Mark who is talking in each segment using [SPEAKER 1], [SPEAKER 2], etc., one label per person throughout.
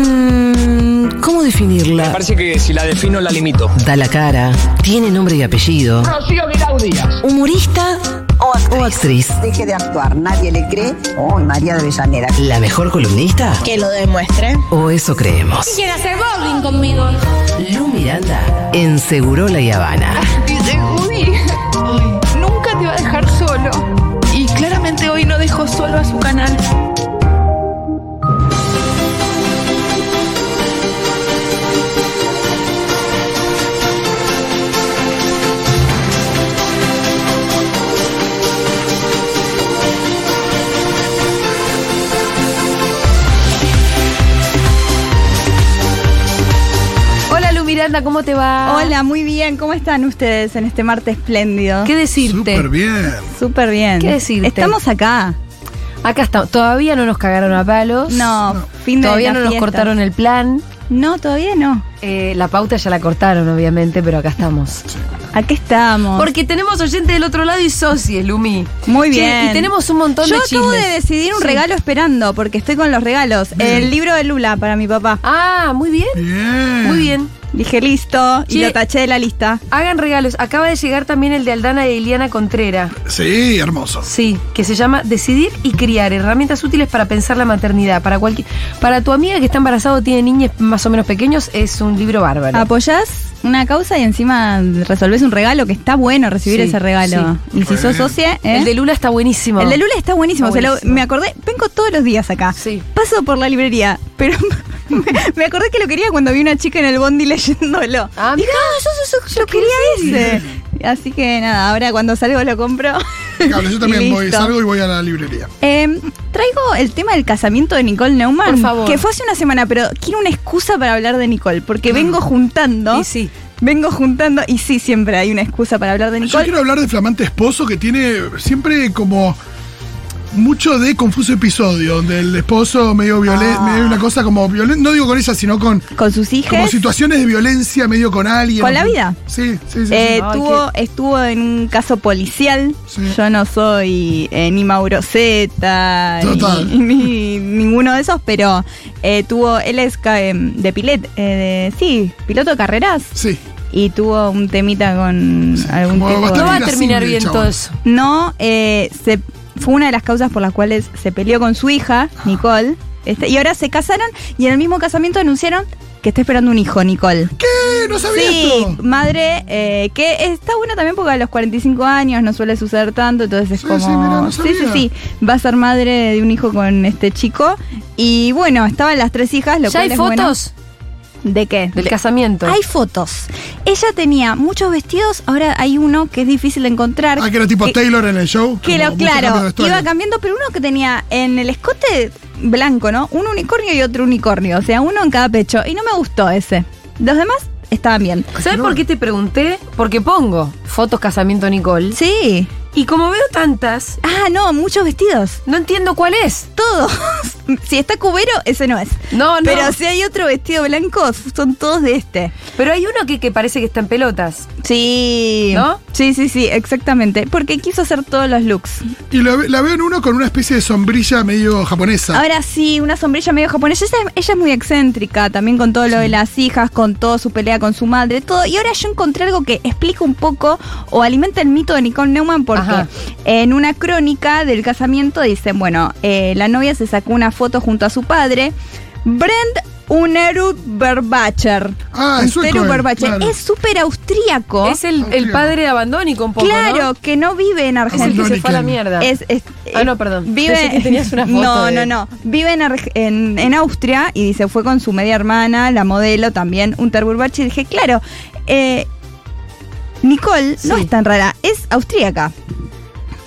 [SPEAKER 1] Mm, ¿Cómo
[SPEAKER 2] Me
[SPEAKER 1] definirla?
[SPEAKER 2] parece que si la defino, la limito.
[SPEAKER 1] Da la cara, tiene nombre y apellido.
[SPEAKER 2] Rocío Vidal Díaz.
[SPEAKER 1] Humorista
[SPEAKER 3] O
[SPEAKER 1] o
[SPEAKER 3] actriz.
[SPEAKER 1] actriz.
[SPEAKER 3] Deje de actuar, nadie le cree. Uy, María de Avellanera.
[SPEAKER 1] ¿La mejor columnista?
[SPEAKER 4] Que lo demuestre.
[SPEAKER 1] O eso creemos.
[SPEAKER 5] Quiere hacer bowling conmigo.
[SPEAKER 1] Lu Miranda en Segurola y Habana.
[SPEAKER 6] Dice, uy, nunca te va a dejar solo. Y claramente hoy no dejó solo a su canal.
[SPEAKER 7] Hola Lu Miranda, ¿cómo te va?
[SPEAKER 8] Hola, muy bien. ¿Cómo están ustedes en este martes espléndido?
[SPEAKER 7] ¿Qué decirte?
[SPEAKER 9] Súper bien.
[SPEAKER 8] Súper bien.
[SPEAKER 7] ¿Qué decirte?
[SPEAKER 8] Estamos acá.
[SPEAKER 7] Acá está. Todavía no nos cagaron a palos.
[SPEAKER 8] No, fin de
[SPEAKER 7] Todavía
[SPEAKER 8] la
[SPEAKER 7] no nos
[SPEAKER 8] fiesta.
[SPEAKER 7] cortaron el plan.
[SPEAKER 8] No, todavía no.
[SPEAKER 7] Eh, la pauta ya la cortaron, obviamente, pero acá estamos.
[SPEAKER 8] Aquí estamos.
[SPEAKER 7] Porque tenemos oyentes del otro lado y socies, Lumi.
[SPEAKER 8] muy
[SPEAKER 7] Che,
[SPEAKER 8] bien.
[SPEAKER 7] y tenemos un montón
[SPEAKER 8] Yo
[SPEAKER 7] de
[SPEAKER 8] acabo
[SPEAKER 7] chismes.
[SPEAKER 8] de decidir un
[SPEAKER 7] Sí.
[SPEAKER 8] regalo esperando, porque estoy con los regalos. El libro de Lula para mi papá.
[SPEAKER 7] Ah, muy bien.
[SPEAKER 9] Bien.
[SPEAKER 7] Muy bien.
[SPEAKER 8] Dije listo y
[SPEAKER 7] Che.
[SPEAKER 8] lo taché de la lista.
[SPEAKER 7] Hagan regalos. Acaba de llegar también el de Aldana y Eliana Contrera.
[SPEAKER 9] Sí, hermoso.
[SPEAKER 7] Sí, que se llama Decidir y criar, herramientas útiles para pensar la maternidad. Para cualquier, para tu amiga que está embarazada o tiene niños más o menos pequeños, es un libro bárbaro.
[SPEAKER 8] Apoyás una causa y encima resolvés un regalo, que está bueno recibir
[SPEAKER 7] Sí,
[SPEAKER 8] ese regalo. Y si sos socia, ¿eh?
[SPEAKER 7] El de Lula está buenísimo.
[SPEAKER 8] El de Lula está buenísimo.
[SPEAKER 7] Está
[SPEAKER 8] se lo-
[SPEAKER 7] buenísimo.
[SPEAKER 8] me acordé, vengo todos los días acá.
[SPEAKER 7] Sí.
[SPEAKER 8] Paso por la librería, pero me, me acordé que lo quería cuando vi una chica en el bondi leyéndolo.
[SPEAKER 7] Ah,
[SPEAKER 8] Dije,
[SPEAKER 7] mirá.
[SPEAKER 8] "Ah, yo, yo- yo quería ese. Así que nada, ahora cuando salgo lo compro.
[SPEAKER 9] Impecable, yo
[SPEAKER 8] Y
[SPEAKER 9] también voy,
[SPEAKER 8] listo.
[SPEAKER 9] salgo y voy a la librería.
[SPEAKER 8] Eh, traigo el tema del casamiento de Nicole Neumann.
[SPEAKER 7] Por favor.
[SPEAKER 8] Que fue hace una semana, pero quiero una excusa para hablar de Nicole, porque vengo juntando.
[SPEAKER 7] Y sí.
[SPEAKER 8] Vengo juntando, y sí, siempre hay una excusa para hablar de
[SPEAKER 9] Yo
[SPEAKER 8] Nicole.
[SPEAKER 9] quiero hablar de Flamante Esposo que tiene siempre como mucho de confuso episodio, donde el esposo medio
[SPEAKER 8] Ah.
[SPEAKER 9] violento, medio una cosa como violenta, no digo con ella, sino con
[SPEAKER 8] Con sus hijas.
[SPEAKER 9] como situaciones de violencia medio con alguien.
[SPEAKER 8] ¿Con la vida?
[SPEAKER 9] Sí, sí, sí.
[SPEAKER 8] Eh,
[SPEAKER 9] sí.
[SPEAKER 7] Ay,
[SPEAKER 8] tuvo, Estuvo en un caso policial.
[SPEAKER 9] Sí.
[SPEAKER 8] Yo no soy eh, ni Mauro Zeta, ni-
[SPEAKER 9] Total.
[SPEAKER 8] ni, ninguno de esos, pero eh, tuvo, él es ca- em, de pilet, eh, de- sí, piloto de carreras,
[SPEAKER 9] Sí.
[SPEAKER 8] y tuvo un temita con algún
[SPEAKER 9] como
[SPEAKER 8] tipo de-
[SPEAKER 7] No va a
[SPEAKER 9] Mira,
[SPEAKER 7] terminar
[SPEAKER 9] Cindy,
[SPEAKER 7] bien
[SPEAKER 9] chabón.
[SPEAKER 7] todo eso.
[SPEAKER 8] No, eh, se, fue una de las causas por las cuales se peleó con su hija, Nicole, este, y ahora se casaron, y en el mismo casamiento anunciaron que está esperando un hijo, Nicole.
[SPEAKER 9] ¿Qué? Eh, No sabía
[SPEAKER 8] Sí,
[SPEAKER 9] esto.
[SPEAKER 8] madre, eh, que está bueno también porque a los 45 años no suele suceder tanto, entonces es
[SPEAKER 9] Sí,
[SPEAKER 8] como...
[SPEAKER 9] sí, mirá, no
[SPEAKER 8] sí, sí,
[SPEAKER 9] sabía.
[SPEAKER 8] sí, va a ser madre de un hijo con este chico. Y bueno, estaban las tres hijas, lo
[SPEAKER 7] ¿Ya
[SPEAKER 8] cual
[SPEAKER 7] hay
[SPEAKER 8] es bueno.
[SPEAKER 7] fotos
[SPEAKER 8] ¿De qué?
[SPEAKER 7] del
[SPEAKER 8] De-
[SPEAKER 7] casamiento?
[SPEAKER 8] Hay fotos. Ella tenía muchos vestidos, ahora hay uno que es difícil de encontrar.
[SPEAKER 9] Ah, que era tipo
[SPEAKER 8] que-
[SPEAKER 9] Taylor en el show.
[SPEAKER 8] que
[SPEAKER 9] como
[SPEAKER 8] lo,
[SPEAKER 9] mucho cambio de
[SPEAKER 8] claro,
[SPEAKER 9] vestuario.
[SPEAKER 8] iba cambiando, pero uno que tenía en el escote blanco, ¿no? Un unicornio y otro unicornio, o sea, uno en cada pecho. Y no me gustó ese. Los demás estaban bien.
[SPEAKER 7] ¿Sabes por qué te pregunté? Porque pongo fotos casamiento Nicole.
[SPEAKER 8] Sí.
[SPEAKER 7] Y como veo tantas,
[SPEAKER 8] Ah, no, muchos vestidos.
[SPEAKER 7] no entiendo cuál es.
[SPEAKER 8] Todos. si está cubero, ese no es.
[SPEAKER 7] No, no.
[SPEAKER 8] Pero si hay otro vestido blanco, son todos de este.
[SPEAKER 7] Pero hay uno que, que parece que está en pelotas.
[SPEAKER 8] Sí.
[SPEAKER 7] ¿No?
[SPEAKER 8] Sí, sí, sí, exactamente. Porque quiso hacer todos los looks.
[SPEAKER 9] Y la, ve- la veo en uno con una especie de sombrilla medio japonesa.
[SPEAKER 8] Ahora sí, una sombrilla medio japonesa. Ella, es- ella es muy excéntrica, también con todo lo de las hijas, con toda su pelea con su madre, todo. Y ahora yo encontré algo que explica un poco o alimenta el mito de Nicole Neumann porque
[SPEAKER 7] Ajá.
[SPEAKER 8] en una crónica del casamiento dicen, bueno, eh, la novia se sacó una foto junto a su padre, Brent Unerud Berbacher.
[SPEAKER 9] Ah, es sueco él,
[SPEAKER 8] Berbacher.
[SPEAKER 9] claro.
[SPEAKER 8] Es súper austríaco.
[SPEAKER 7] Es el, el padre abandónico un poco,
[SPEAKER 8] ¿Oh? claro, que no vive en
[SPEAKER 7] ¿no? Es el
[SPEAKER 8] Argentina.
[SPEAKER 7] que se fue a la
[SPEAKER 9] Abandónico.
[SPEAKER 7] mierda.
[SPEAKER 8] Es- es-
[SPEAKER 7] Ah, no, perdón.
[SPEAKER 8] Vive,
[SPEAKER 7] Pensé que tenías una foto
[SPEAKER 8] No,
[SPEAKER 7] de-
[SPEAKER 8] no, no. Vive en, Arge- en, en Austria y dice, fue con su media hermana, la modelo también, un Terburbach. Y dije, claro, eh, Nicole no
[SPEAKER 7] Sí. Ah,
[SPEAKER 8] es tan rara, es austríaca.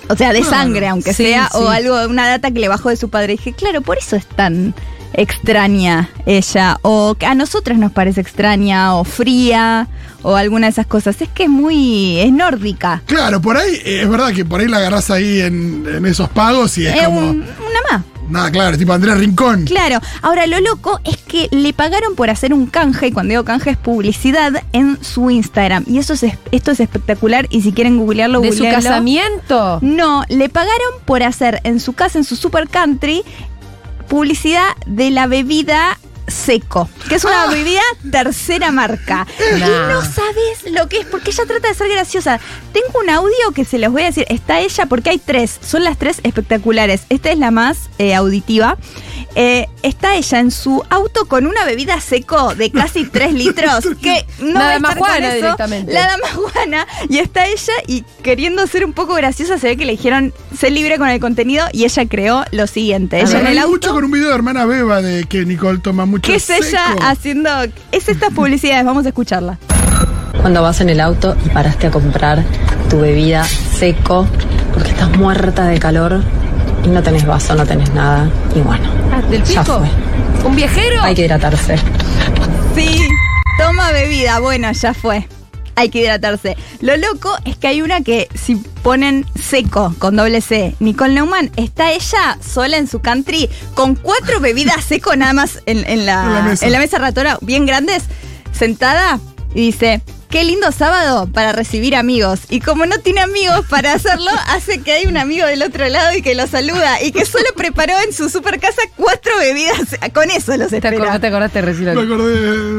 [SPEAKER 8] O sea, de
[SPEAKER 9] Claro.
[SPEAKER 8] sangre, aunque
[SPEAKER 7] Sí,
[SPEAKER 8] sea, o
[SPEAKER 7] sí.
[SPEAKER 8] algo, una data que le bajó de su padre. Y dije, claro, por eso es tan extraña ella, o que a nosotras nos parece extraña, o fría, o alguna de esas cosas. Es que es muy, es nórdica.
[SPEAKER 9] Claro, por ahí, eh, es verdad que por ahí la agarrás ahí en, en esos pagos y es
[SPEAKER 8] Es
[SPEAKER 9] como.
[SPEAKER 8] un- una más.
[SPEAKER 9] Nada, claro, tipo Andrea Rincón.
[SPEAKER 8] Claro, ahora lo loco es que le pagaron por hacer un canje, y cuando digo canje es publicidad, en su Instagram. Y eso es, esto es espectacular y si quieren googlearlo,
[SPEAKER 7] ¿De su
[SPEAKER 8] googlearlo.
[SPEAKER 7] casamiento?
[SPEAKER 8] No, le pagaron por hacer en su casa, en su super country, publicidad de la bebida seco, que es una bebida tercera marca. Y no sabes lo que es, porque ella trata de ser graciosa. Tengo un audio que se los voy a decir. Está ella porque hay tres, son las tres espectaculares. Esta es la más eh, auditiva. Eh, está ella en su auto con una bebida seco de casi 3 litros. que no
[SPEAKER 7] La
[SPEAKER 8] va a estar
[SPEAKER 7] damajuana
[SPEAKER 8] con eso.
[SPEAKER 7] directamente.
[SPEAKER 8] La damajuana. Y está ella y queriendo ser un poco graciosa, se ve que le dijeron, sé libre con el contenido. Y ella creó lo siguiente. Ella en el
[SPEAKER 9] Me
[SPEAKER 8] auto.
[SPEAKER 9] mucho con un video de hermana Beba de que Nicole toma mucho
[SPEAKER 8] ¿Qué es
[SPEAKER 9] seco.
[SPEAKER 8] ella haciendo? Es estas publicidades, vamos a escucharla.
[SPEAKER 4] Cuando vas en el auto y paraste a comprar tu bebida seco porque estás muerta de calor y no tenés vaso, no tenés nada. Y bueno,
[SPEAKER 8] Ah,
[SPEAKER 7] ¿Del
[SPEAKER 4] ya
[SPEAKER 7] pico?
[SPEAKER 4] fue.
[SPEAKER 7] ¿Un viajero?
[SPEAKER 4] Hay que hidratarse.
[SPEAKER 8] Sí, toma bebida, bueno, ya fue. Hay que hidratarse. Lo loco es que hay una que si ponen seco con doble C, Nicole Neumann, está ella sola en su country con cuatro bebidas seco nada más en, en la,
[SPEAKER 9] En la mesa.
[SPEAKER 8] en la mesa ratora, bien grandes, sentada y dice, qué lindo sábado para recibir amigos. Y como no tiene amigos para hacerlo, hace que hay un amigo del otro lado y que lo saluda y que solo preparó en su super casa cuatro bebidas. Con eso los
[SPEAKER 7] ¿Te,
[SPEAKER 8] espera.
[SPEAKER 7] acordás, te acordaste recién lo
[SPEAKER 9] Me
[SPEAKER 7] que-
[SPEAKER 9] acordé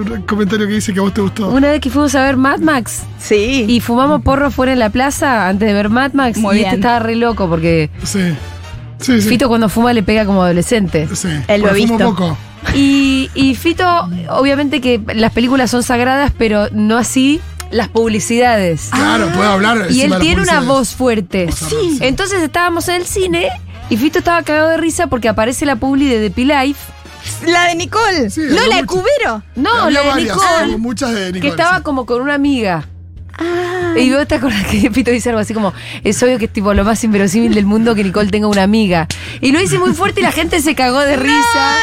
[SPEAKER 9] del comentario que dice que a vos te gustó.
[SPEAKER 7] Una vez que fuimos a ver Mad Max
[SPEAKER 8] Sí.
[SPEAKER 7] y fumamos porro fuera en la plaza antes de ver Mad Max
[SPEAKER 8] Muy
[SPEAKER 7] y este
[SPEAKER 8] bien.
[SPEAKER 7] estaba re loco porque
[SPEAKER 9] Sí. Sí, sí.
[SPEAKER 7] Fito cuando fuma le pega como adolescente.
[SPEAKER 9] Sí.
[SPEAKER 8] Él lo ha
[SPEAKER 9] Pero fumo
[SPEAKER 8] visto.
[SPEAKER 9] poco.
[SPEAKER 7] Y, y Fito, obviamente que las películas son sagradas, pero no así las publicidades.
[SPEAKER 9] Claro,
[SPEAKER 8] Ah,
[SPEAKER 9] puedo hablar.
[SPEAKER 7] y él
[SPEAKER 9] Ah, encima de las
[SPEAKER 7] tiene una
[SPEAKER 9] publicidades.
[SPEAKER 7] voz fuerte.
[SPEAKER 9] Sí.
[SPEAKER 7] Entonces estábamos en el cine y Fito estaba cagado de risa porque aparece la publi de The P-Life.
[SPEAKER 8] La de Nicole.
[SPEAKER 9] Sí,
[SPEAKER 8] Lola
[SPEAKER 9] habló mucho.
[SPEAKER 8] Cubero.
[SPEAKER 7] No,
[SPEAKER 9] Había
[SPEAKER 7] la de
[SPEAKER 9] varias,
[SPEAKER 7] Nicole.
[SPEAKER 9] hubo muchas de Nicole.
[SPEAKER 7] que estaba como con una amiga.
[SPEAKER 8] Ah.
[SPEAKER 7] Y vos te acordás que Pito dice algo así como, es obvio que es tipo lo más inverosímil del mundo que Nicole tenga una amiga. Y lo hice muy fuerte y la gente se cagó de risa.
[SPEAKER 8] ¡Ah,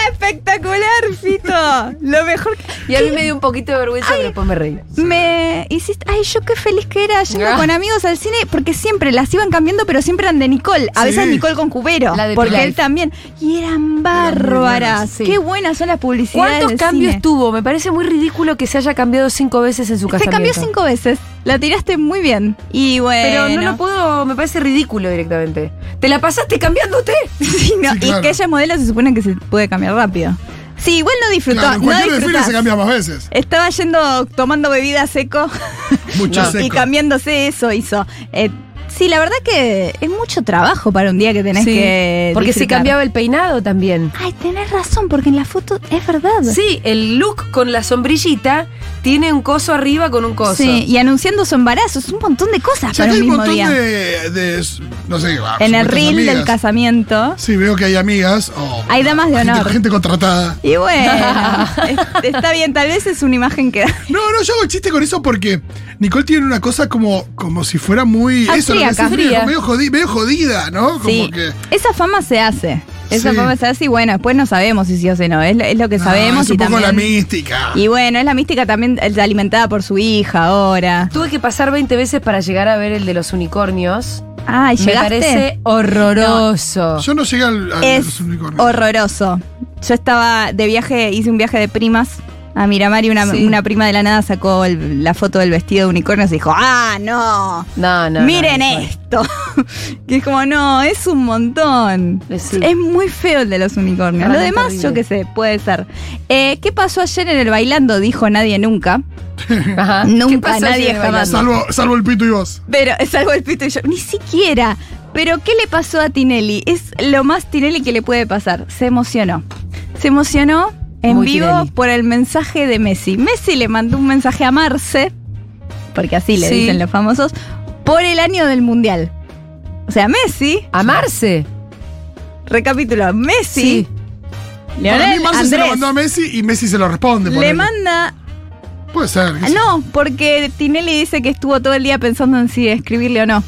[SPEAKER 8] espectacular, Fito! Lo mejor que...
[SPEAKER 7] Y a mí me dio un poquito de vergüenza, pero después me reí.
[SPEAKER 8] Me hiciste... Ay, yo qué feliz que era yendo
[SPEAKER 7] Ah.
[SPEAKER 8] con amigos al cine, porque siempre las iban cambiando, pero siempre eran de Nicole. A
[SPEAKER 9] Sí.
[SPEAKER 8] veces Nicole con Cubero,
[SPEAKER 7] La de
[SPEAKER 8] porque
[SPEAKER 7] Pilar.
[SPEAKER 8] él también. Y eran bárbaras.
[SPEAKER 7] buenas, sí.
[SPEAKER 8] Qué buenas son las publicidades
[SPEAKER 7] ¿Cuántos
[SPEAKER 8] del
[SPEAKER 7] cambios
[SPEAKER 8] cine.
[SPEAKER 7] tuvo? Me parece muy ridículo que se haya cambiado cinco veces en su
[SPEAKER 8] Se
[SPEAKER 7] casamiento.
[SPEAKER 8] cambió cinco veces. La tiraste muy bien. Y bueno...
[SPEAKER 7] Pero no lo puedo, me parece ridículo directamente. ¿Te la pasaste cambiándote?
[SPEAKER 8] Sí, no,
[SPEAKER 9] Sí, claro.
[SPEAKER 8] Y que ella es modelo se supone que se puede cambiar rápido. Sí, igual no disfrutó.
[SPEAKER 9] Claro, en
[SPEAKER 8] no
[SPEAKER 9] cualquier desfile
[SPEAKER 8] disfrutás.
[SPEAKER 9] se cambia más veces.
[SPEAKER 8] Estaba yendo tomando bebida seco
[SPEAKER 9] Mucho
[SPEAKER 8] y- y
[SPEAKER 9] seco.
[SPEAKER 8] cambiándose eso hizo. Eh, sí, la verdad que es mucho trabajo para un día que tenés
[SPEAKER 7] Sí,
[SPEAKER 8] que.
[SPEAKER 7] porque se
[SPEAKER 8] disfrutar.
[SPEAKER 7] cambiaba el peinado también.
[SPEAKER 8] Ay, tenés razón, porque en la foto es verdad.
[SPEAKER 7] Sí, el look con la sombrillita tiene un coso arriba con un coso.
[SPEAKER 8] Sí, y anunciando su embarazo, es un montón de cosas
[SPEAKER 9] Ya
[SPEAKER 8] para
[SPEAKER 9] que hay
[SPEAKER 8] un
[SPEAKER 9] un
[SPEAKER 8] Ah, mismo
[SPEAKER 9] montón
[SPEAKER 8] día.
[SPEAKER 9] de, de- No sé. ah,
[SPEAKER 8] En el
[SPEAKER 9] supuestas
[SPEAKER 8] reel del
[SPEAKER 9] amigas.
[SPEAKER 8] casamiento.
[SPEAKER 9] Sí, veo que hay amigas. o-
[SPEAKER 8] Hay damas de
[SPEAKER 9] gente-
[SPEAKER 8] honor.
[SPEAKER 9] Gente contratada.
[SPEAKER 8] Y bueno, es- está bien, tal vez es una imagen que.
[SPEAKER 9] No, no, yo hago el chiste con eso porque Nicole tiene una cosa como, como si fuera muy. eso, lo que
[SPEAKER 8] Austríaca.
[SPEAKER 9] decís,
[SPEAKER 7] Fría.
[SPEAKER 9] medio, jodi- medio jodida, ¿no? Como
[SPEAKER 8] Sí,
[SPEAKER 9] que.
[SPEAKER 8] esa fama se hace. Esa
[SPEAKER 9] Sí.
[SPEAKER 8] fama se hace y bueno, después no sabemos si sí o si no. Es lo, es lo que
[SPEAKER 9] ah,
[SPEAKER 8] sabemos
[SPEAKER 9] Es un
[SPEAKER 8] y
[SPEAKER 9] poco la
[SPEAKER 8] también-
[SPEAKER 9] mística.
[SPEAKER 8] Y bueno, es la mística también eh, alimentada por su hija ahora.
[SPEAKER 7] Tuve que pasar 20 veces para llegar a ver el de los unicornios.
[SPEAKER 8] Ay,
[SPEAKER 7] Me parece horroroso.
[SPEAKER 9] Yo no llegué al, al
[SPEAKER 8] Es
[SPEAKER 9] unicornio.
[SPEAKER 8] horroroso. Yo estaba de viaje, hice un viaje de primas a Miramar y una,
[SPEAKER 7] Sí.
[SPEAKER 8] una prima de la nada sacó el- la foto del vestido de unicornio y se dijo, ¡ah, no!
[SPEAKER 7] No, no. no,
[SPEAKER 8] ¡Miren eh.
[SPEAKER 7] no,
[SPEAKER 8] esto! que es como, no, es un montón.
[SPEAKER 7] Eh, Sí.
[SPEAKER 8] Es muy feo el de los unicornios. Lo
[SPEAKER 7] Realmente
[SPEAKER 8] demás,
[SPEAKER 7] horrible.
[SPEAKER 8] yo qué sé, puede ser. Eh, ¿Qué pasó ayer en el bailando? Dijo nadie nunca.
[SPEAKER 7] Ajá.
[SPEAKER 8] Nunca
[SPEAKER 7] ¿Qué pasó
[SPEAKER 8] nadie
[SPEAKER 7] ayer
[SPEAKER 8] jamás.
[SPEAKER 7] bailando?
[SPEAKER 9] Salvo, salvo el pito y vos.
[SPEAKER 8] Pero, salvo el pito y yo, ni siquiera. Pero, ¿qué le pasó a Tinelli? Es lo más Tinelli que le puede pasar. Se emocionó. Se emocionó en
[SPEAKER 7] Muy
[SPEAKER 8] vivo
[SPEAKER 7] Tinelli.
[SPEAKER 8] por el mensaje de Messi. Messi le mandó un mensaje a Marce, porque así le
[SPEAKER 7] Sí.
[SPEAKER 8] dicen los famosos, por el año del Mundial. O sea, Messi,
[SPEAKER 7] Amarse.
[SPEAKER 8] recapitulo, Messi,
[SPEAKER 7] Sí.
[SPEAKER 9] Para
[SPEAKER 8] Leonel,
[SPEAKER 9] mí Marce se lo
[SPEAKER 8] Andrés,
[SPEAKER 9] mandó a Messi y Messi se lo responde.
[SPEAKER 8] le
[SPEAKER 9] ponele.
[SPEAKER 8] manda...
[SPEAKER 9] Puede ser. qué sé yo.
[SPEAKER 8] Ah, No, porque Tinelli dice que estuvo todo el día pensando en si escribirle o no.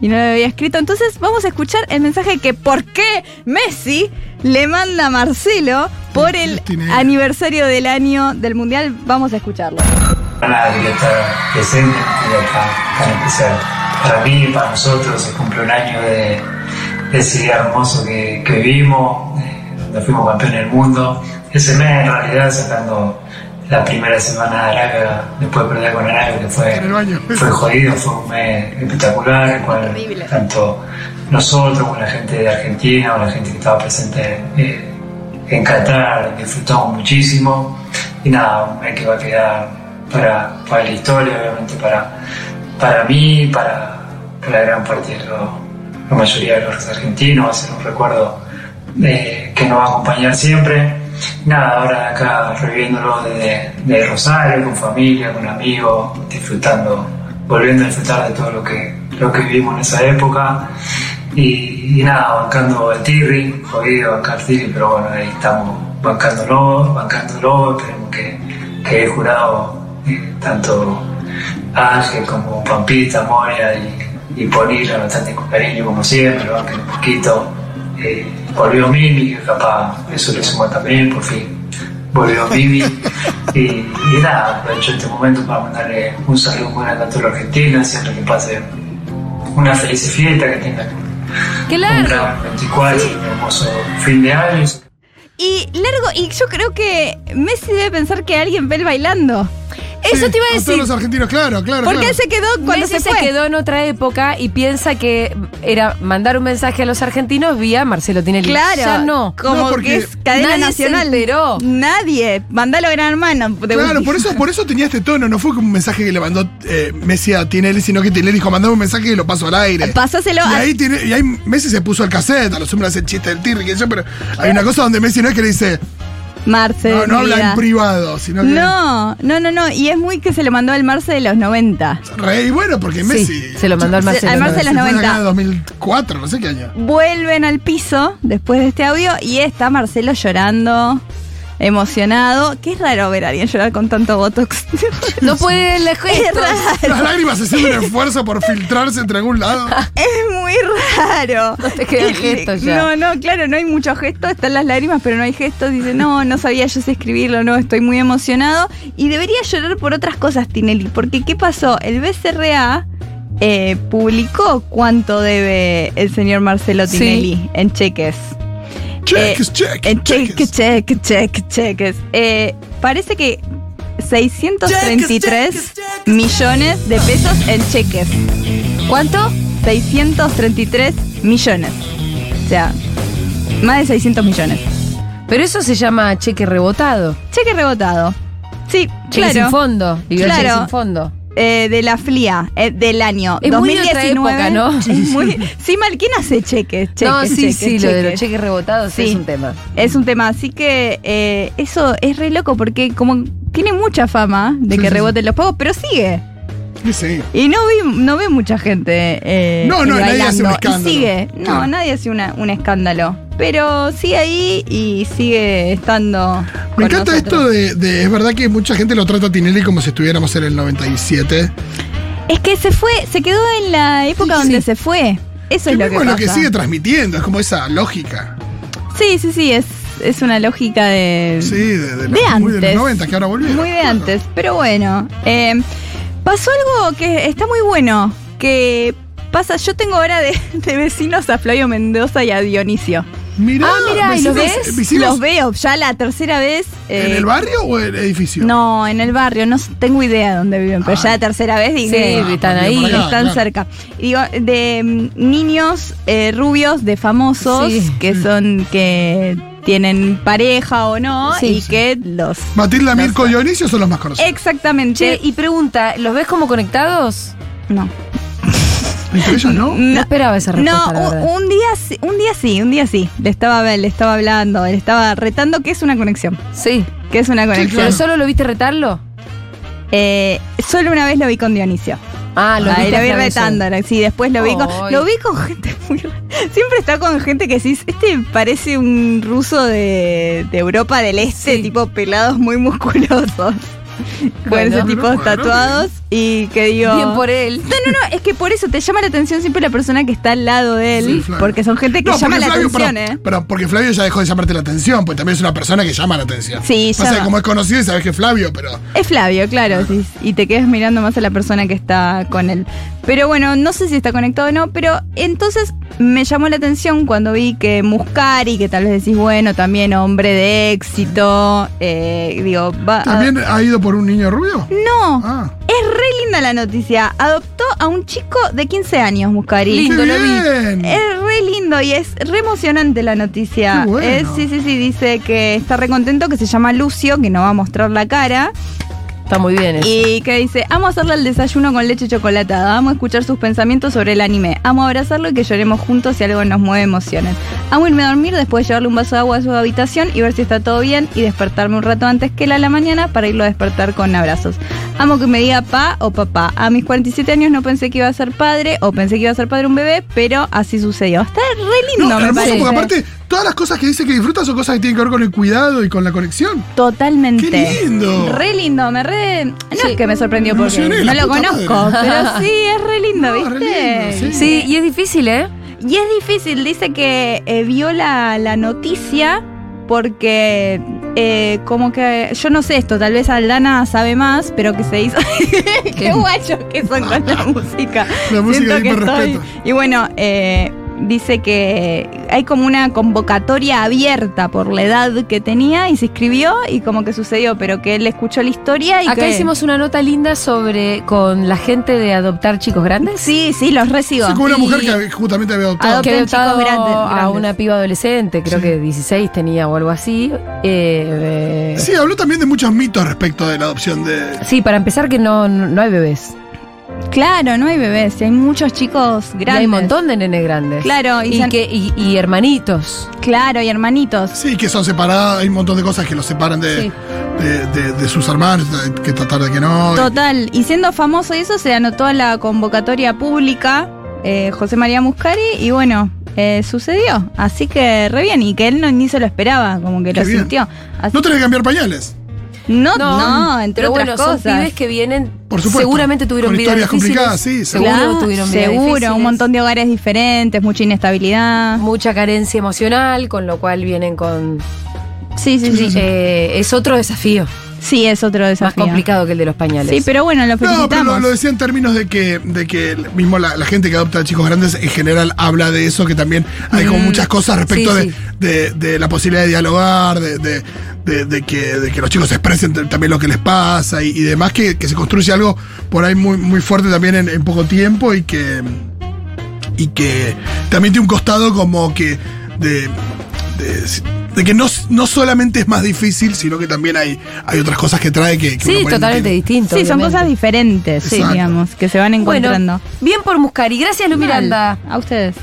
[SPEAKER 8] Y no lo había escrito. Entonces vamos a escuchar el mensaje que por qué Messi le manda a Marcelo por el
[SPEAKER 9] Tinelli.
[SPEAKER 8] aniversario del año del Mundial. Vamos a escucharlo.
[SPEAKER 5] nadie está presente, pero tan, tan especial. Para mí, para nosotros, se cumple un año de, de ese día hermoso que, que vivimos, eh, donde fuimos campeones del mundo. Ese mes, en realidad, sacando la primera semana de Arabia, después de perder con Arabia, que fue,
[SPEAKER 9] En el baño.
[SPEAKER 5] fue jodido, fue un mes espectacular, el eh, cual tanto nosotros, como la gente de Argentina, o la gente que estaba presente eh, en Qatar, disfrutamos muchísimo y nada, un mes que va a quedar para, para la historia, obviamente para, para mí, para, para la gran parte de lo- la mayoría de los argentinos, va a ser un recuerdo eh, que nos va a acompañar siempre. Nada, ahora acá reviviéndolo desde, desde Rosario, con familia, con amigos, disfrutando, volviendo a disfrutar de todo lo que, lo que vivimos en esa época. Y, y nada, bancando el Tirri, jodido bancar Tirri, pero bueno, ahí estamos bancándolo, bancándolo, esperemos que, que el jurado, eh, tanto Ángel como Pampita, Moria y, y Ponila, lo tratan con cariño como siempre, lo bancan un poquito. Eh, volvió Mimi, que capaz eso le suma también, por fin. Volvió Mimi. y, y nada, aprovecho este momento para mandarle un saludo muy grande a toda la Argentina, siempre que pase una feliz fiesta, que tengan un
[SPEAKER 7] Claro.
[SPEAKER 5] gran 24, un hermoso fin de año.
[SPEAKER 8] Y largo, y yo creo que Messi debe pensar que alguien ve el bailando.
[SPEAKER 7] Eso
[SPEAKER 9] Sí,
[SPEAKER 7] te iba a
[SPEAKER 9] todos
[SPEAKER 7] decir.
[SPEAKER 9] los argentinos, claro, claro.
[SPEAKER 8] Porque
[SPEAKER 9] claro.
[SPEAKER 8] él se quedó cuando
[SPEAKER 7] Messi
[SPEAKER 8] se fue.
[SPEAKER 7] quedó en otra época y piensa que era mandar un mensaje a los argentinos vía Marcelo Tinelli.
[SPEAKER 8] Claro.
[SPEAKER 7] Ya no.
[SPEAKER 8] Como
[SPEAKER 9] No, porque
[SPEAKER 8] que es cadena
[SPEAKER 7] nadie se
[SPEAKER 8] nacional.
[SPEAKER 7] enteró.
[SPEAKER 8] Nadie. Mandalo gran hermano. de
[SPEAKER 9] Claro,
[SPEAKER 8] última.
[SPEAKER 9] por eso, por eso tenía este tono. No fue como un mensaje que le mandó eh, Messi a Tinelli, sino que Tinelli dijo, mandame un mensaje y lo paso al aire.
[SPEAKER 8] Pásaselo
[SPEAKER 9] y
[SPEAKER 8] a-
[SPEAKER 9] ahí, Tine- y ahí Messi se puso al cassette, a los hombres el chiste del tirri, que yo, pero hay una cosa donde Messi no es que le dice,
[SPEAKER 8] Marce.
[SPEAKER 9] no,
[SPEAKER 8] de
[SPEAKER 9] no
[SPEAKER 8] mi
[SPEAKER 9] habla en
[SPEAKER 8] vida.
[SPEAKER 9] privado, sino que...
[SPEAKER 8] No, no, no, no. Y es muy que se lo mandó al Marce de los 90.
[SPEAKER 9] Rey, bueno, porque Messi...
[SPEAKER 7] Sí, se lo mandó al Marcelo.
[SPEAKER 8] Al Marcelo.
[SPEAKER 9] Se fue de
[SPEAKER 8] 90.
[SPEAKER 9] acá en 2004, no sé qué año.
[SPEAKER 8] Vuelven al piso después de este audio y está Marcelo llorando, emocionado. Que es raro ver a alguien llorar con tanto botox.
[SPEAKER 7] No puede la
[SPEAKER 8] es raro.
[SPEAKER 9] Las lágrimas hacen un esfuerzo por filtrarse entre algún lado.
[SPEAKER 8] Es muy raro.
[SPEAKER 7] No te quedan gestos ya.
[SPEAKER 8] No, no, claro, no hay muchos gestos, están las lágrimas, pero no hay gestos. Dice, no, no sabía yo si escribirlo, no, estoy muy emocionado. Y debería llorar por otras cosas, Tinelli, porque ¿qué pasó? El BCRA eh, publicó cuánto debe el señor Marcelo
[SPEAKER 7] Sí.
[SPEAKER 8] Tinelli en cheques.
[SPEAKER 9] Cheques, cheques,
[SPEAKER 8] En eh, cheques,
[SPEAKER 9] cheques.
[SPEAKER 8] cheques, cheques, cheques. Eh, parece que 633 millones de pesos en cheques.
[SPEAKER 7] ¿Cuánto?
[SPEAKER 8] 633 millones. O sea, más de 600 millones.
[SPEAKER 7] Pero eso se llama cheque rebotado.
[SPEAKER 8] Cheque rebotado. Sí,
[SPEAKER 7] Cheque sin
[SPEAKER 8] claro.
[SPEAKER 7] fondo. Y el cheque
[SPEAKER 8] Claro.
[SPEAKER 7] sin fondo.
[SPEAKER 8] Eh, de la FLIA eh, del año
[SPEAKER 7] Es muy de otra
[SPEAKER 8] 2019.
[SPEAKER 7] época, ¿no?
[SPEAKER 8] Es muy- sí, mal, ¿quién hace cheques? cheques
[SPEAKER 7] no, sí,
[SPEAKER 8] cheques,
[SPEAKER 7] sí, lo de los
[SPEAKER 8] cheques?
[SPEAKER 7] cheques rebotados sí.
[SPEAKER 8] Sí.
[SPEAKER 7] es un tema.
[SPEAKER 8] Es un tema, así que eh, eso es re loco porque como tiene mucha fama de
[SPEAKER 9] Sí,
[SPEAKER 8] que
[SPEAKER 9] sí,
[SPEAKER 8] reboten los pagos, pero sigue.
[SPEAKER 9] Y sí.
[SPEAKER 8] Y no, vi, no ve mucha gente. eh,
[SPEAKER 9] No, no,
[SPEAKER 8] bailando.
[SPEAKER 9] nadie hace un escándalo.
[SPEAKER 8] Y sigue. No,
[SPEAKER 9] Claro.
[SPEAKER 8] nadie hace una- un escándalo. Pero sigue ahí y sigue estando.
[SPEAKER 9] Me encanta esto de, de- Es verdad que mucha gente lo trata a Tinelli como si estuviéramos en el 97.
[SPEAKER 8] Es que se fue, se quedó en la época
[SPEAKER 9] Sí,
[SPEAKER 8] donde
[SPEAKER 9] sí.
[SPEAKER 8] se fue. Eso es
[SPEAKER 9] Que
[SPEAKER 8] lo que
[SPEAKER 9] mismo es
[SPEAKER 8] pasa.
[SPEAKER 9] lo que sigue transmitiendo, es como esa lógica.
[SPEAKER 8] Sí, sí, sí, es, es una lógica de.
[SPEAKER 9] Sí, de, de, los-
[SPEAKER 8] De
[SPEAKER 9] muy de los
[SPEAKER 8] antes.
[SPEAKER 9] 90 que ahora volvieron.
[SPEAKER 8] Muy de
[SPEAKER 9] Claro.
[SPEAKER 8] antes, pero bueno. eh, pasó algo que está muy bueno, que pasa, yo tengo ahora de, de vecinos a Flavio Mendoza y a Dionisio.
[SPEAKER 9] Mirá,
[SPEAKER 7] Ah, mirá, ¿y los
[SPEAKER 9] vecinos- eh,
[SPEAKER 7] ves?
[SPEAKER 9] vecinos
[SPEAKER 8] Los veo ya la tercera vez.
[SPEAKER 9] ¿En
[SPEAKER 8] eh,
[SPEAKER 9] el barrio o en el edificio?
[SPEAKER 8] No, en el barrio, no s- tengo idea de dónde viven, pero ya la tercera vez dije,
[SPEAKER 7] Sí, están ahí.
[SPEAKER 9] por Ah. acá.
[SPEAKER 8] están
[SPEAKER 9] claro.
[SPEAKER 8] cerca. Y Digo, de mm, niños eh, rubios, de famosos,
[SPEAKER 7] Sí.
[SPEAKER 8] que son, que tienen pareja o no,
[SPEAKER 7] Sí,
[SPEAKER 8] y
[SPEAKER 7] sí.
[SPEAKER 8] que los...
[SPEAKER 9] Matilda, Mirko y Dionisio son los más conocidos.
[SPEAKER 8] Exactamente.
[SPEAKER 7] Che, y pregunta, ¿los ves como conectados?
[SPEAKER 8] no.
[SPEAKER 9] Entre ellos, ¿no?
[SPEAKER 7] No esperaba esa respuesta,
[SPEAKER 8] No,
[SPEAKER 7] la
[SPEAKER 8] un,
[SPEAKER 7] verdad.
[SPEAKER 8] un día, sí- un día sí, un día sí. Le estaba, le estaba hablando, le estaba retando que es una conexión.
[SPEAKER 7] Sí.
[SPEAKER 8] Que es una conexión.
[SPEAKER 7] ¿Pero solo lo viste retarlo?
[SPEAKER 8] Eh, solo una vez lo vi con Dionisio.
[SPEAKER 7] Ah, lo
[SPEAKER 8] Ahí
[SPEAKER 7] viste
[SPEAKER 8] lo vi
[SPEAKER 7] otra vez.
[SPEAKER 8] retando, sí, después lo vi con.
[SPEAKER 7] Ay.
[SPEAKER 8] Lo vi con gente muy rara. Siempre está con gente que decís, este parece un ruso de, de Europa del Este, tipo pelados muy musculosos. con
[SPEAKER 7] Bueno,
[SPEAKER 8] ese tipo
[SPEAKER 9] bueno,
[SPEAKER 8] tatuados y que digo.
[SPEAKER 7] Bien por él.
[SPEAKER 8] No, no, no, es que por eso te llama la atención siempre la persona que está al lado de él,
[SPEAKER 9] Sí, Flavio.
[SPEAKER 8] porque son gente que
[SPEAKER 9] No,
[SPEAKER 8] llama
[SPEAKER 9] porque
[SPEAKER 8] la
[SPEAKER 9] Flavio,
[SPEAKER 8] atención,
[SPEAKER 9] pero,
[SPEAKER 8] ¿eh?
[SPEAKER 9] pero porque Flavio ya dejó de llamarte la atención, pues también es una persona que llama la atención.
[SPEAKER 8] Sí,
[SPEAKER 9] Pasa
[SPEAKER 8] llama.
[SPEAKER 9] que como es conocido y sabes que es Flavio, pero.
[SPEAKER 8] Es Flavio, claro, sí, y te quedas mirando más a la persona que está con él. Pero bueno, no sé si está conectado o no, pero entonces me llamó la atención cuando vi que Muscari, que tal vez decís, bueno, también hombre de éxito, eh, digo, va... a-
[SPEAKER 9] ¿También ha ido por un niño rubio?
[SPEAKER 8] ah. No,
[SPEAKER 9] Ah.
[SPEAKER 8] es re linda la noticia. Adoptó a un chico de 15 años, Muscari.
[SPEAKER 9] ¡Qué bien!
[SPEAKER 8] Es re re lindo y es re emocionante la noticia.
[SPEAKER 9] Qué bueno.
[SPEAKER 8] Es- sí, sí, sí, dice que está re contento, que se llama Lucio, que no va a mostrar la cara.
[SPEAKER 7] Está muy bien eso.
[SPEAKER 8] Y que dice, amo hacerle el desayuno con leche chocolatada, amo escuchar sus pensamientos sobre el anime, amo abrazarlo y que lloremos juntos si algo nos mueve emociones. Amo irme a dormir después de llevarle un vaso de agua a su habitación y ver si está todo bien y despertarme un rato antes que él a la mañana para irlo a despertar con abrazos. Amo que me diga pa o papá. A mis 47 años no pensé que iba a ser padre o pensé que iba a ser padre un bebé, pero así sucedió. Está re
[SPEAKER 9] No,
[SPEAKER 8] lindo, me
[SPEAKER 9] hermoso,
[SPEAKER 8] parece.
[SPEAKER 9] porque aparte, todas las cosas que dice que disfruta son cosas que tienen que ver con el cuidado y con la conexión.
[SPEAKER 8] Totalmente.
[SPEAKER 9] ¡Qué lindo!
[SPEAKER 8] Re lindo, me re. No
[SPEAKER 7] Sí.
[SPEAKER 8] es que me sorprendió
[SPEAKER 9] Me
[SPEAKER 8] porque
[SPEAKER 9] emocioné,
[SPEAKER 8] no
[SPEAKER 9] la
[SPEAKER 8] lo
[SPEAKER 9] puta madre.
[SPEAKER 8] conozco, pero sí, es re lindo,
[SPEAKER 9] No,
[SPEAKER 8] ¿viste?
[SPEAKER 9] re lindo, sí.
[SPEAKER 7] Sí, y es difícil, ¿eh?
[SPEAKER 8] Y es difícil, dice que eh, vio la, la noticia porque. eh, como que yo no sé esto, tal vez Aldana sabe más, pero que se hizo. Qué guachos que son con la música.
[SPEAKER 9] La música
[SPEAKER 8] Siento
[SPEAKER 9] de
[SPEAKER 8] que estoy-
[SPEAKER 9] hiperrespeto.
[SPEAKER 8] Y bueno, eh, dice que hay como una convocatoria abierta por la edad que tenía y se inscribió y como que sucedió, pero que él escuchó la historia y
[SPEAKER 7] Acá
[SPEAKER 8] que-
[SPEAKER 7] hicimos una nota linda sobre con la gente de adoptar chicos grandes.
[SPEAKER 8] Sí, sí, los recibo.
[SPEAKER 9] Soy como una mujer
[SPEAKER 8] Y-
[SPEAKER 9] que justamente había adoptado.
[SPEAKER 8] Adopten
[SPEAKER 7] que adoptado
[SPEAKER 8] chicos grandes-
[SPEAKER 7] a
[SPEAKER 8] grandes.
[SPEAKER 7] una piba adolescente, creo que 16 tenía o algo así.
[SPEAKER 8] Ah.
[SPEAKER 7] Eh, eh, sí.
[SPEAKER 9] Sí, habló también de muchos mitos respecto de la adopción de.
[SPEAKER 7] para empezar que no, no no hay bebés.
[SPEAKER 8] Claro, no hay bebés, hay muchos chicos
[SPEAKER 7] Y
[SPEAKER 8] grandes.
[SPEAKER 7] hay un montón de nenes grandes.
[SPEAKER 8] Claro, y
[SPEAKER 7] y,
[SPEAKER 8] ya-
[SPEAKER 7] que, y, y hermanitos.
[SPEAKER 8] Claro, y hermanitos.
[SPEAKER 9] Sí, que son separadas, hay un montón de cosas que los separan de,
[SPEAKER 7] Sí.
[SPEAKER 9] de, de- de sus hermanos, que tratar de que no.
[SPEAKER 8] Total, y siendo famoso y eso, se anotó a la convocatoria pública eh, José María Muscari y bueno, eh, sucedió. Así que re bien, y que él no, ni se lo esperaba, como que
[SPEAKER 9] Qué
[SPEAKER 8] lo
[SPEAKER 9] bien.
[SPEAKER 8] sintió. Así-
[SPEAKER 9] No tenés que cambiar pañales.
[SPEAKER 8] no, no, entre
[SPEAKER 7] pero
[SPEAKER 8] otras
[SPEAKER 7] bueno,
[SPEAKER 8] cosas.
[SPEAKER 7] son pibes que vienen,
[SPEAKER 9] Por supuesto,
[SPEAKER 7] seguramente tuvieron
[SPEAKER 9] con
[SPEAKER 7] vidas
[SPEAKER 9] historias
[SPEAKER 7] difíciles.
[SPEAKER 9] complicadas, sí,
[SPEAKER 7] seguro
[SPEAKER 8] Claro,
[SPEAKER 7] tuvieron vidas
[SPEAKER 8] seguro,
[SPEAKER 7] difíciles. Oh.
[SPEAKER 8] un montón de hogares diferentes, mucha inestabilidad.
[SPEAKER 7] mucha carencia emocional, con lo cual vienen con
[SPEAKER 8] Sí, sí, sí.
[SPEAKER 7] eh, es otro desafío,
[SPEAKER 8] Sí, es otro desafío.
[SPEAKER 7] más complicado que el de los pañales.
[SPEAKER 8] Sí, pero bueno, lo
[SPEAKER 9] No, pero lo,
[SPEAKER 8] felicitamos.
[SPEAKER 9] lo decía en términos de que, de que mismo la, la gente que adopta a chicos grandes en general habla de eso, que también hay como
[SPEAKER 7] Mm,
[SPEAKER 9] muchas cosas respecto
[SPEAKER 7] sí,
[SPEAKER 9] de, de- de la posibilidad de dialogar, de, de- de- de que, de que los chicos expresen t- también lo que les pasa y, y demás, que, que se construye algo por ahí muy, muy fuerte también en, en poco tiempo y que, y que también tiene un costado como que de... de- de que no, no solamente es más difícil, sino que también hay, hay otras cosas que trae que... que uno
[SPEAKER 7] Sí,
[SPEAKER 9] por ahí no
[SPEAKER 7] totalmente
[SPEAKER 9] tiene.
[SPEAKER 7] distinto.
[SPEAKER 8] Sí, son
[SPEAKER 7] obviamente.
[SPEAKER 8] cosas diferentes, sí,
[SPEAKER 9] Exacto.
[SPEAKER 8] digamos, que se van
[SPEAKER 7] Bueno,
[SPEAKER 8] encontrando.
[SPEAKER 7] bien por Muscari. Gracias, Lu Miranda.
[SPEAKER 8] A ustedes.